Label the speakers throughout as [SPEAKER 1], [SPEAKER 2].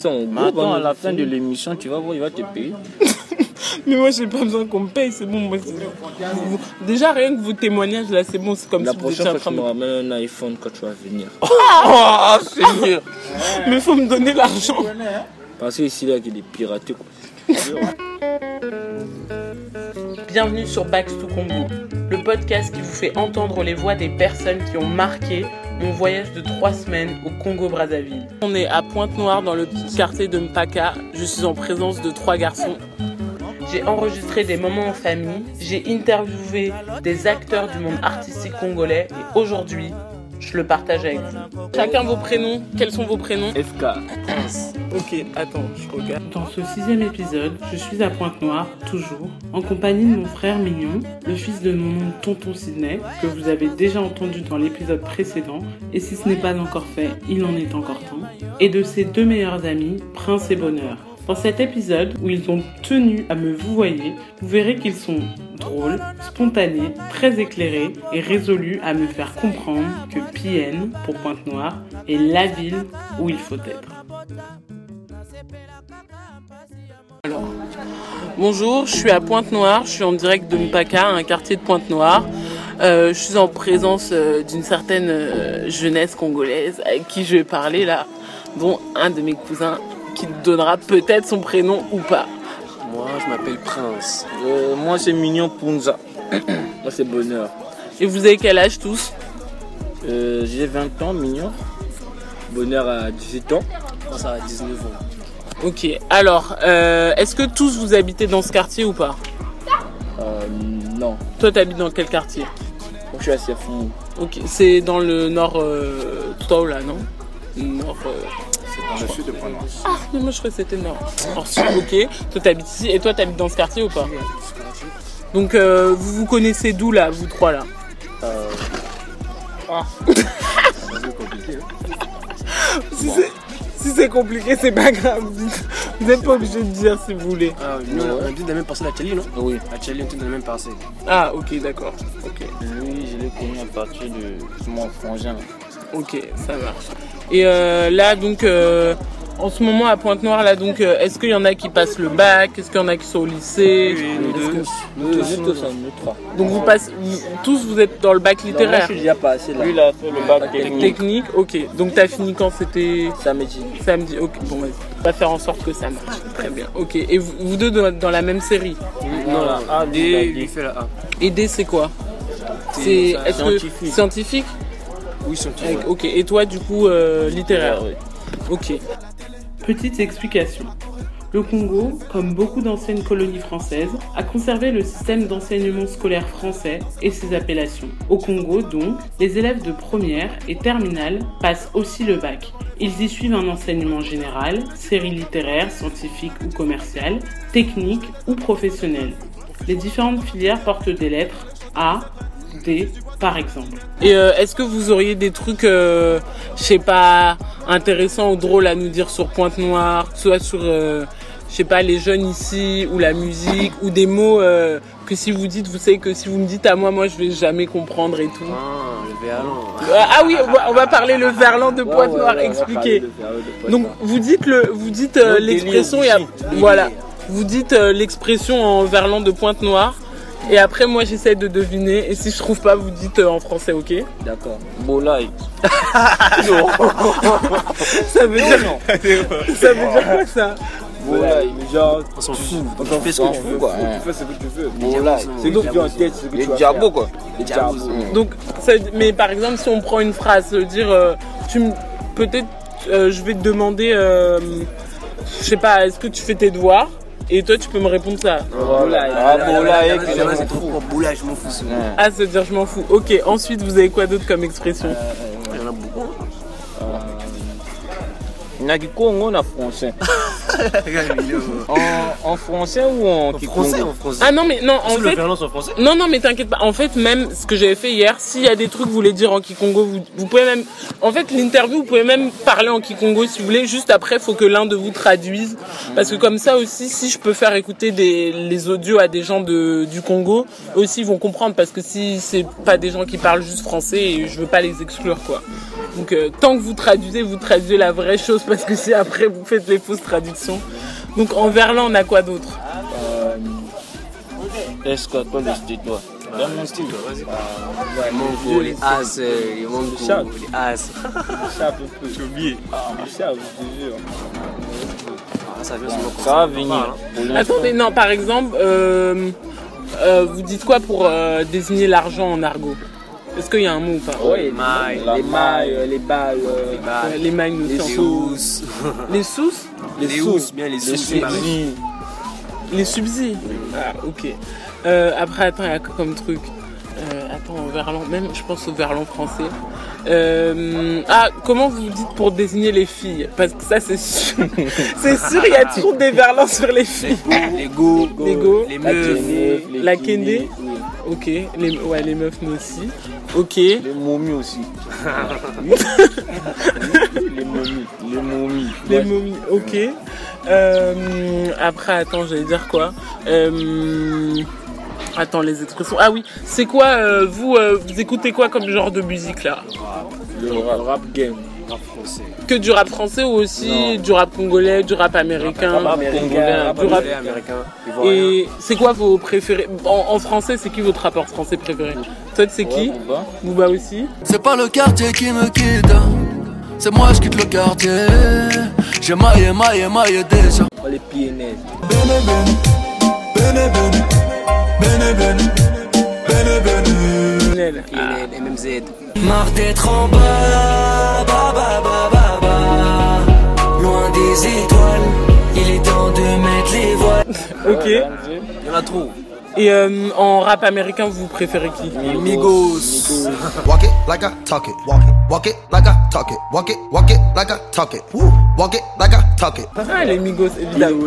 [SPEAKER 1] Son groupe,
[SPEAKER 2] Attends, à
[SPEAKER 1] hein.
[SPEAKER 2] la fin de l'émission, tu vas voir, il va te payer.
[SPEAKER 3] Mais moi, j'ai pas besoin qu'on me paye, c'est bon. moi, c'est- vous- Déjà, rien que vos témoignages là, c'est bon, c'est comme
[SPEAKER 2] La
[SPEAKER 3] si vous
[SPEAKER 2] prochaine
[SPEAKER 3] étiez
[SPEAKER 2] fois,
[SPEAKER 3] en train
[SPEAKER 2] tu
[SPEAKER 3] de.
[SPEAKER 2] me ramènes un iPhone quand tu vas venir.
[SPEAKER 3] Oh, Seigneur Mais faut me donner l'argent
[SPEAKER 2] Parce que ici, là, il y a des piratés. quoi.
[SPEAKER 4] Bienvenue sur Backs to Congo, le podcast qui vous fait entendre les voix des personnes qui ont marqué mon voyage de trois semaines au Congo-Brazzaville.
[SPEAKER 3] On est à Pointe-Noire, dans le petit quartier de Mpaka. Je suis en présence de trois garçons.
[SPEAKER 4] J'ai enregistré des moments en famille, j'ai interviewé des acteurs du monde artistique congolais et aujourd'hui, je le partage avec vous.
[SPEAKER 3] Chacun vos prénoms. Quels sont vos prénoms
[SPEAKER 2] FK,
[SPEAKER 3] Ok, attends, je regarde.
[SPEAKER 4] Dans ce sixième épisode, je suis à Pointe-Noire, toujours, en compagnie de mon frère Mignon, le fils de mon oncle Tonton Sidney, que vous avez déjà entendu dans l'épisode précédent, et si ce n'est pas encore fait, il en est encore temps, et de ses deux meilleurs amis, Prince et Bonheur. Dans cet épisode, où ils ont tenu à me vouvoyer, vous verrez qu'ils sont drôles, spontanés, très éclairés et résolus à me faire comprendre que PN, pour Pointe-Noire, est la ville où il faut être.
[SPEAKER 3] Bonjour, je suis à Pointe-Noire. Je suis en direct de Mpaka, un quartier de Pointe-Noire. Euh, je suis en présence euh, d'une certaine euh, jeunesse congolaise avec qui je vais parler là, dont un de mes cousins qui donnera peut-être son prénom ou pas.
[SPEAKER 1] Moi, je m'appelle Prince.
[SPEAKER 2] Euh, moi, c'est Mignon Punza. moi, c'est Bonheur.
[SPEAKER 3] Et vous avez quel âge tous
[SPEAKER 2] Euh, J'ai 20 ans, Mignon. Bonheur à 18 ans.
[SPEAKER 1] Moi, ça a 19 ans.
[SPEAKER 3] Ok, alors, euh, est-ce que tous vous habitez dans ce quartier ou pas
[SPEAKER 2] Euh, non.
[SPEAKER 3] Toi, t'habites dans quel quartier
[SPEAKER 2] Moi, je suis assez fou.
[SPEAKER 3] Ok, c'est dans le nord euh, tout en haut là, non Nord. euh,
[SPEAKER 1] Je suis de Pointe-Noire.
[SPEAKER 3] Ah, mais moi je croyais que c'était nord. Alors, si, ok, toi t'habites ici et toi t'habites dans ce quartier ou pas Donc, euh, vous vous connaissez d'où là, vous trois là Ah.
[SPEAKER 2] Euh,
[SPEAKER 1] hein.
[SPEAKER 3] Si c'est compliqué, c'est pas grave. Vous n'êtes pas obligé de dire si vous voulez.
[SPEAKER 1] Ah, nous, on habite dans la même parcelle à Tchali, non
[SPEAKER 2] oui.
[SPEAKER 1] À Tchali, on est dans la même parcelle.
[SPEAKER 3] Ah, ok, d'accord. Ok,
[SPEAKER 2] Lui, je l'ai connu à partir de mon frangin.
[SPEAKER 3] ok, ça marche. Et euh, là, donc, euh, en ce moment à Pointe-Noire, là, donc, euh, est-ce qu'il y en a qui passent le bac Est-ce qu'il y en a qui sont au lycée
[SPEAKER 1] nous
[SPEAKER 3] Est-ce
[SPEAKER 1] deux.
[SPEAKER 3] que-
[SPEAKER 2] Nous tous, on nous trois.
[SPEAKER 3] Donc, vous passez, vous- tous vous êtes dans le bac
[SPEAKER 2] Non, moi, je
[SPEAKER 3] littéraire
[SPEAKER 2] suis déjà passé là.
[SPEAKER 1] Lui, il a fait le bac technique.
[SPEAKER 3] Technique, ok. Donc, t'as fini quand c'était
[SPEAKER 2] Samedi.
[SPEAKER 3] Samedi, ok, bon vas-y. On va faire en sorte que ça marche. Très bien, ok. Et vous, vous deux dans, dans la même série.
[SPEAKER 1] Non,
[SPEAKER 2] ah,
[SPEAKER 1] la A, D, lui, il fait la A.
[SPEAKER 3] Et D, c'est quoi C'est
[SPEAKER 1] ça,
[SPEAKER 3] est-ce que-
[SPEAKER 1] scientifique.
[SPEAKER 3] scientifique
[SPEAKER 1] Oui, scientifique.
[SPEAKER 3] Ok, et toi du coup euh, littéraire Ok.
[SPEAKER 4] Petite explication. Le Congo, comme beaucoup d'anciennes colonies françaises, a conservé le système d'enseignement scolaire français et ses appellations. Au Congo, donc, les élèves de première et terminale passent aussi le bac. Ils y suivent un enseignement général, série littéraire, scientifique ou commerciale, technique ou professionnelle. Les différentes filières portent des lettres A, D, par exemple.
[SPEAKER 3] Et euh, est-ce que vous auriez des trucs, euh, je sais pas, intéressants ou drôles à nous dire sur Pointe Noire, soit sur, euh, je sais pas, les jeunes ici ou la musique ou des mots euh, que si vous dites, vous savez que si vous me dites à moi, moi je vais jamais comprendre et tout.
[SPEAKER 1] Ah, le Véalan.
[SPEAKER 3] Ah ah oui, on va, on va parler le verlan de Pointe Noire expliqué. Donc vous dites le, vous dites euh,
[SPEAKER 2] Notre
[SPEAKER 3] l'expression et
[SPEAKER 2] délire,
[SPEAKER 3] ap-
[SPEAKER 2] délire.
[SPEAKER 3] voilà, vous dites euh, l'expression en verlan de Pointe Noire. Et après moi j'essaie de deviner et si je trouve pas vous dites euh, en français ok
[SPEAKER 2] D'accord. Bolai.
[SPEAKER 3] Ça veut dire ça veut dire quoi ça
[SPEAKER 2] Bolai. Genre,
[SPEAKER 1] On s'en fout.
[SPEAKER 2] on
[SPEAKER 1] Tu fais ce que tu veux, quoi.
[SPEAKER 2] hein.
[SPEAKER 1] Tu fais ce que tu veux.
[SPEAKER 2] Bolai.
[SPEAKER 1] C'est nous qui
[SPEAKER 5] hein.
[SPEAKER 1] avons en tête ce que tu
[SPEAKER 2] Les
[SPEAKER 1] vas
[SPEAKER 2] diabos
[SPEAKER 1] faire.
[SPEAKER 2] quoi. Les diabos.
[SPEAKER 3] Donc ça veut dire- mais par exemple si on prend une phrase euh, dire euh, tu me- peut-être euh, je vais te demander euh, je sais pas est-ce que tu fais tes devoirs et toi tu peux me répondre ça
[SPEAKER 2] Bolai. Ah, Bolai, que je m'en fous.
[SPEAKER 1] Boula, je m'en fous. c'est bon.
[SPEAKER 2] Ouais.
[SPEAKER 3] Ah se dire je m'en fous ok ensuite vous avez quoi d'autre comme expression
[SPEAKER 5] Euh,
[SPEAKER 1] Il y en a beaucoup.
[SPEAKER 2] Nagiko, on a français.
[SPEAKER 5] euh,
[SPEAKER 2] En, en français ou en,
[SPEAKER 5] En
[SPEAKER 2] kikongo
[SPEAKER 5] français, en français.
[SPEAKER 4] Ah non, mais non, en
[SPEAKER 5] Tu le
[SPEAKER 4] fait.
[SPEAKER 5] verlan en français
[SPEAKER 4] Non, non, mais t'inquiète pas. En fait, même ce que j'avais fait hier, s'il y a des trucs que vous voulez dire en Kikongo, vous, vous pouvez même. En fait, l'interview, vous pouvez même parler en Kikongo si vous voulez. Juste après, faut que l'un de vous traduise. Parce que comme ça aussi, si je peux faire écouter des, les audios à des gens de, du Congo, eux aussi ils vont comprendre. Parce que si c'est pas des gens qui parlent juste français, et je veux pas les exclure, quoi. Donc, euh, tant que vous traduisez, vous traduisez la vraie chose. Parce que si après, vous faites les fausses traductions. Donc, en verlan, on a quoi d'autre
[SPEAKER 2] Est-ce que toi, le style, toi Ah, Dans mon style, vas-y.
[SPEAKER 5] Les Mongols, les As, euh, les Mongols, les As.
[SPEAKER 6] Ça, un peu plus. J'ai oublié. Ça, je te jure.
[SPEAKER 5] Ah, ça vient souvent comme
[SPEAKER 2] Ça va venir. Pour
[SPEAKER 5] hein.
[SPEAKER 2] l'instant,
[SPEAKER 4] Attendez, non, par exemple, euh, euh, vous dites quoi pour euh, désigner l'argent en argot Est-ce qu'il y a un mot ou pas
[SPEAKER 6] Ouais,
[SPEAKER 5] mailles,
[SPEAKER 6] la
[SPEAKER 5] les
[SPEAKER 6] maille, les balles. euh,
[SPEAKER 5] Les balles,
[SPEAKER 4] Euh, Les mailles nous
[SPEAKER 5] Eh ben, les
[SPEAKER 4] tendent.
[SPEAKER 5] sous,
[SPEAKER 4] Les sous
[SPEAKER 5] les
[SPEAKER 6] sous.
[SPEAKER 5] sous, bien les sous, c'est pareil.
[SPEAKER 6] subsides.
[SPEAKER 4] Les subsides Ah, ok. Euh, après, attends, il y a quoi comme truc Euh, Attends, au verlan, même, je pense au verlan français. Euh, ah, comment vous dites pour désigner les filles Parce que ça, c'est sûr. c'est sûr, il y a toujours des verlans sur les filles.
[SPEAKER 5] Les go,
[SPEAKER 4] Les go.
[SPEAKER 5] les
[SPEAKER 6] La
[SPEAKER 5] meufs,
[SPEAKER 6] Kéné, les
[SPEAKER 4] La
[SPEAKER 6] kinés,
[SPEAKER 4] Kéné.
[SPEAKER 6] oui.
[SPEAKER 4] Ok, les, ouais, les meufs, nous aussi. Ok.
[SPEAKER 6] Les momies aussi. les momies. Les momies.
[SPEAKER 4] Les momies, ok. Euh, après, attends, j'allais dire quoi Euh, Attends, les expressions. Ah oui, c'est quoi, euh, vous, euh, vous écoutez quoi comme genre de musique là
[SPEAKER 6] Le rap, game.
[SPEAKER 5] en français.
[SPEAKER 4] Que du rap français ou aussi du rap congolais, du rap américain
[SPEAKER 6] Rap américain,
[SPEAKER 4] Ah, du rap-
[SPEAKER 5] Congolais, américain, ivoirien.
[SPEAKER 4] Et c'est quoi vos préférés en, en français, c'est qui votre rappeur français préféré Toi, c'est qui
[SPEAKER 6] Booba.
[SPEAKER 4] Booba aussi
[SPEAKER 7] C'est pas le quartier qui me quitte, c'est moi je quitte le quartier. J'ai maillé, maillé, maillé déjà.
[SPEAKER 6] Oh, les PNL.
[SPEAKER 7] Bene bene, bene bene, bene bene, bene bene.
[SPEAKER 4] Nel.
[SPEAKER 5] PNL, MMZ.
[SPEAKER 7] Marre d'être en bas, bas, bas, bas, bas, bas. Loin des étoiles, il est temps de mettre les voiles.
[SPEAKER 4] Ok. Et
[SPEAKER 5] Il y en a trop.
[SPEAKER 4] euh, en rap américain, vous préférez qui
[SPEAKER 5] Migos.
[SPEAKER 8] Walk it like I talk it. Walk it. Walk it like I talk it. Walk it. Walk it like I talk it. Woo. Walk it like I talk it.
[SPEAKER 4] Ah, les Migos, évidemment.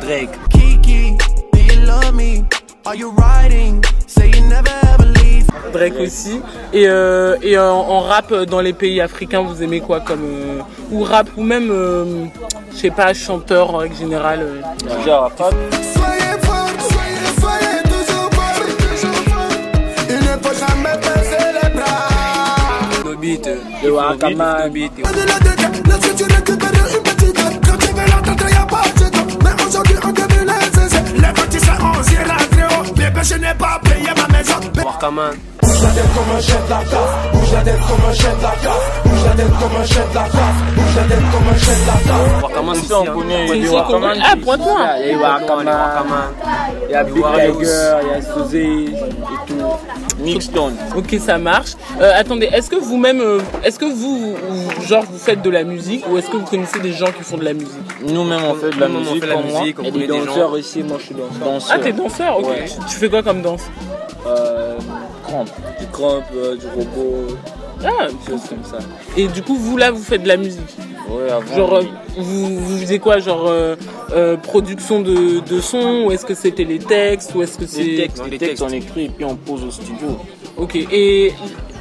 [SPEAKER 5] Drake.
[SPEAKER 7] Kiki, do you love me? Are you riding? Say you never ever leave.
[SPEAKER 4] Drake aussi. Et, euh, et en, en rap euh, dans les pays africains, vous aimez quoi comme euh, ou rap ou même euh, je sais pas chanteur en règle générale. euh.
[SPEAKER 2] Genre, rap,
[SPEAKER 7] Soyez fort, soyez, soyez toujours fort, toujours fort. Il ne faut jamais baisser les bras.
[SPEAKER 5] No beat. euh,
[SPEAKER 6] Le
[SPEAKER 5] No beat, no
[SPEAKER 6] Wakaman.
[SPEAKER 5] beat.
[SPEAKER 7] Pas de la tête, là, si tu récupères une petite dose. Quand tu veux l'entendre, y a pas de temps. Mais aujourd'hui, on devient les aisés. Les petits ça, on s'y est rentré, oh. Bébé, je n'ai pas payé ma maison. Mais
[SPEAKER 5] Warkaman. Warkaman, c'est
[SPEAKER 2] ça, on connaît.
[SPEAKER 5] ici, hein.
[SPEAKER 2] Les
[SPEAKER 4] C'est qu'on-
[SPEAKER 2] Wakaman,
[SPEAKER 4] Ah
[SPEAKER 2] qui-
[SPEAKER 4] pointe-moi.
[SPEAKER 6] Les Wakaman.
[SPEAKER 5] Warkaman, les Warkaman.
[SPEAKER 6] Il y a Big
[SPEAKER 5] Warriors.
[SPEAKER 6] Tiger, il y a Suzy et tout.
[SPEAKER 2] Mixstone.
[SPEAKER 4] Ok ça marche. Euh, attendez, est-ce que vous-même, euh, est-ce que vous, vous- genre vous faites de la musique ou est-ce que vous connaissez des gens qui font de la musique
[SPEAKER 2] Nous-mêmes, on fait de la
[SPEAKER 5] Nous, on
[SPEAKER 2] musique.
[SPEAKER 5] fait la
[SPEAKER 2] pour moi.
[SPEAKER 5] musique, on
[SPEAKER 6] Et
[SPEAKER 5] connaît
[SPEAKER 6] les
[SPEAKER 5] des
[SPEAKER 6] danseurs
[SPEAKER 5] gens.
[SPEAKER 6] aussi, moi je suis danseur.
[SPEAKER 2] Danseur.
[SPEAKER 4] Ah t'es danseur, ok.
[SPEAKER 6] Ouais.
[SPEAKER 4] Tu, tu fais quoi comme danse
[SPEAKER 6] Euh, crampe. Du crampe, euh, du robot,
[SPEAKER 4] Ah.
[SPEAKER 6] des choses comme ça.
[SPEAKER 4] Et du coup vous là vous faites de la musique.
[SPEAKER 2] Ouais, avant,
[SPEAKER 4] Genre euh,
[SPEAKER 2] oui.
[SPEAKER 4] vous, vous faisiez quoi genre euh, euh, production de, de son ou est-ce que c'était les textes ou est-ce que c'est
[SPEAKER 2] Les textes, hein.
[SPEAKER 5] Dans
[SPEAKER 2] les
[SPEAKER 5] les
[SPEAKER 2] textes, on
[SPEAKER 5] textes.
[SPEAKER 2] écrit et puis on pose au studio.
[SPEAKER 4] Ok, et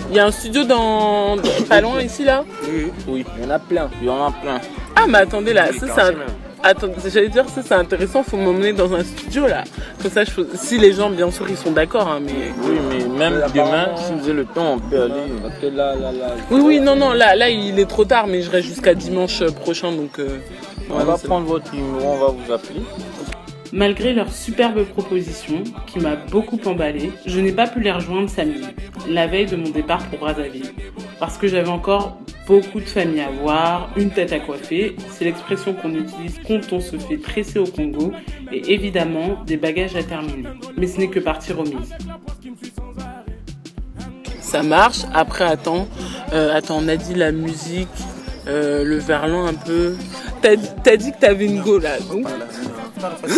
[SPEAKER 4] il y a un studio dans. dans- pas loin ici là
[SPEAKER 5] Oui,
[SPEAKER 2] Oui,
[SPEAKER 6] Il y en a plein.
[SPEAKER 2] il y en a plein.
[SPEAKER 4] Ah, mais attendez là,
[SPEAKER 5] Oui,
[SPEAKER 4] ça c'est
[SPEAKER 5] quartier
[SPEAKER 4] un.
[SPEAKER 5] même.
[SPEAKER 4] Attendez, j'allais dire, ça c'est intéressant, faut m'emmener dans un studio là. Comme ça, je... fais- si les gens, bien sûr, ils sont d'accord, hein, mais.
[SPEAKER 2] Oui, mais même demain, si vous avez le temps, on peut aller.
[SPEAKER 6] Parce que là, là, là.
[SPEAKER 4] Oui, oui, non, non, là, là il est trop tard, mais je reste jusqu'à dimanche prochain donc. euh,
[SPEAKER 2] On
[SPEAKER 4] ouais,
[SPEAKER 2] va
[SPEAKER 4] c'est-
[SPEAKER 2] prendre votre numéro, on va vous appeler.
[SPEAKER 3] Malgré leur superbe proposition, qui m'a beaucoup emballée, je n'ai pas pu les rejoindre samedi, la veille de mon départ pour Brazzaville. Parce que j'avais encore beaucoup de familles à voir, une tête à coiffer, c'est l'expression qu'on utilise quand on se fait presser au Congo, et évidemment des bagages à terminer. Mais ce n'est que partie remise.
[SPEAKER 4] Ça marche, après, attends. euh, attends, on a dit la musique, euh, le verlan un peu. T'as dit, t'as dit que t'avais une go là, donc.
[SPEAKER 2] Il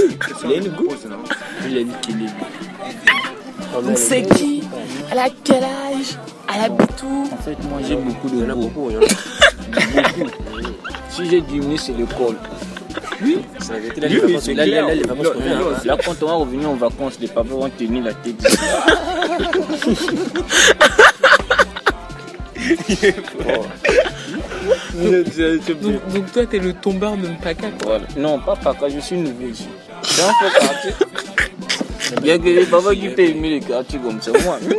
[SPEAKER 2] a dit qu'il est
[SPEAKER 9] Donc c'est qui Elle a quel âge Elle habite où
[SPEAKER 2] En fait, moi, j'ai beaucoup de
[SPEAKER 5] il y en a
[SPEAKER 1] hein.
[SPEAKER 2] goût.
[SPEAKER 5] beaucoup. il y en a.
[SPEAKER 2] Si j'ai diminué, c'est l'école.
[SPEAKER 1] Ça avait été
[SPEAKER 2] Là,
[SPEAKER 1] lui,
[SPEAKER 2] les
[SPEAKER 1] mais
[SPEAKER 2] vacances,
[SPEAKER 1] c'est
[SPEAKER 2] là, là,
[SPEAKER 1] clair.
[SPEAKER 2] là, les vacances
[SPEAKER 1] Là,
[SPEAKER 2] reviennent,
[SPEAKER 1] là,
[SPEAKER 2] hein. Là, quand on va revenir en vacances, les papas vont tenir la tête.
[SPEAKER 3] Donc, donc toi, t'es le tombeur de Mpaka, quoi.
[SPEAKER 2] Voilà. Non, pas papa, je suis nouveau ici. J'ai un peu parti. Bien que les papas qui payent mieux les quartiers comme ça, moi. hein.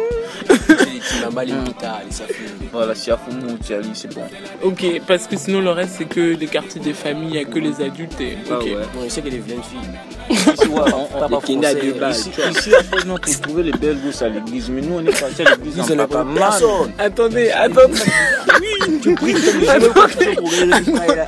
[SPEAKER 5] Tu m'as mal invité, allez, ça fait.
[SPEAKER 2] Voilà, si à fond, mon Charlie, c'est bon.
[SPEAKER 3] Ok, parce que sinon, le reste, c'est que les quartiers des familles, il y a que les adultes. Et...
[SPEAKER 2] Ah
[SPEAKER 3] ok.
[SPEAKER 2] ouais.
[SPEAKER 5] Non, je sais qu'elle est vieille fille.
[SPEAKER 2] Tu vois, on, on
[SPEAKER 5] T'as pas
[SPEAKER 2] les Kenya
[SPEAKER 5] français,
[SPEAKER 2] de base.
[SPEAKER 5] ici,
[SPEAKER 2] Ici, ici, après, on peut trouver les belles gosses à l'église. Mais nous, on est parti à l'église en papa. Man.
[SPEAKER 3] Attendez, attendez. attendez.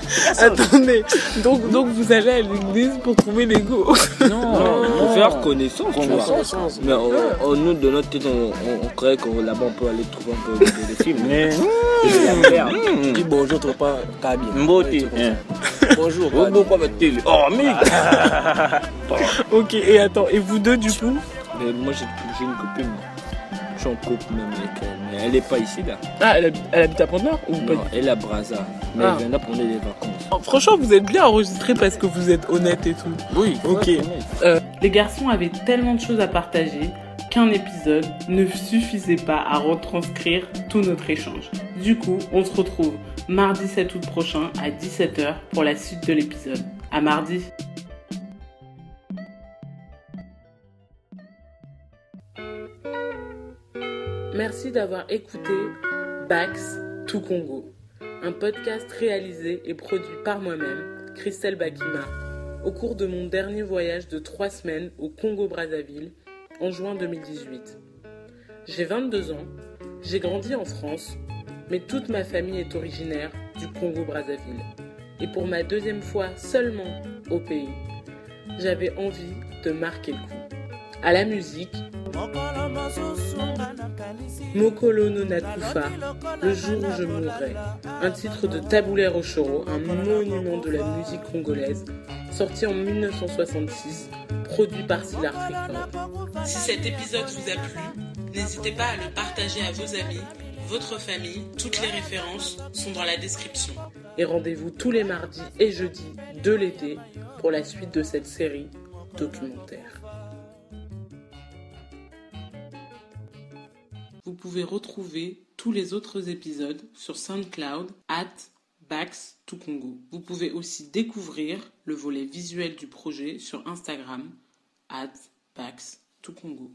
[SPEAKER 3] attendez. Donc, donc, vous allez à l'église pour trouver les go.
[SPEAKER 2] Non,
[SPEAKER 1] Pour
[SPEAKER 2] non.
[SPEAKER 1] faire connaissance, tu vois.
[SPEAKER 5] Connaissance.
[SPEAKER 2] Mais on, on- nous, de notre tête, on, on, on croyait que là-bas, on peut aller trouver un peu des, des films. Mais.
[SPEAKER 5] Tu dis bonjour, tu pas Kabi.
[SPEAKER 2] Mbote. hein.
[SPEAKER 5] Bonjour.
[SPEAKER 2] Oh,
[SPEAKER 5] Kabi.
[SPEAKER 2] pourquoi ma télé Oh, mais.
[SPEAKER 3] ok, et attends, et vous deux, du coup
[SPEAKER 2] Mais moi, j'ai j'ai une copine. Je suis en couple même avec elle. Mais elle n'est pas ici, là.
[SPEAKER 3] Ah, elle, hab- elle habite à Pont-Noir ou pas
[SPEAKER 2] Non, elle est à Braza. Mais
[SPEAKER 3] Ah.
[SPEAKER 2] elle vient là pour les vacances.
[SPEAKER 3] Oh, Franchement, vous êtes bien enregistré parce que vous êtes honnête et tout.
[SPEAKER 5] Oui.
[SPEAKER 3] Ok.
[SPEAKER 4] Les garçons avaient tellement de choses à partager qu'un épisode ne suffisait pas à retranscrire tout notre échange. Du coup, on se retrouve mardi 7 août prochain à 17h pour la suite de l'épisode. À mardi Merci d'avoir écouté Bax to Congo, un podcast réalisé et produit par moi-même, Christelle Bakima, au cours de mon dernier voyage de trois semaines au Congo-Brazzaville en juin 2018. J'ai 22 ans, j'ai grandi en France, mais toute ma famille est originaire du Congo-Brazzaville. Et pour ma deuxième fois seulement au pays, j'avais envie de marquer le coup. À la musique, Mokolo no Nakufa, Le jour où je mourrai, un titre de Taboulet Rochoro, un monument de la musique congolaise, sorti en 1966, produit par Silar Freecord. Si cet épisode vous a plu, n'hésitez pas à le partager à vos amis, votre famille, toutes les références sont dans la description. Et rendez-vous tous les mardis et jeudis de l'été pour la suite de cette série documentaire. Vous pouvez retrouver tous les autres épisodes sur SoundCloud at Bax to Congo. Vous pouvez aussi découvrir le volet visuel du projet sur Instagram at Bax to Congo.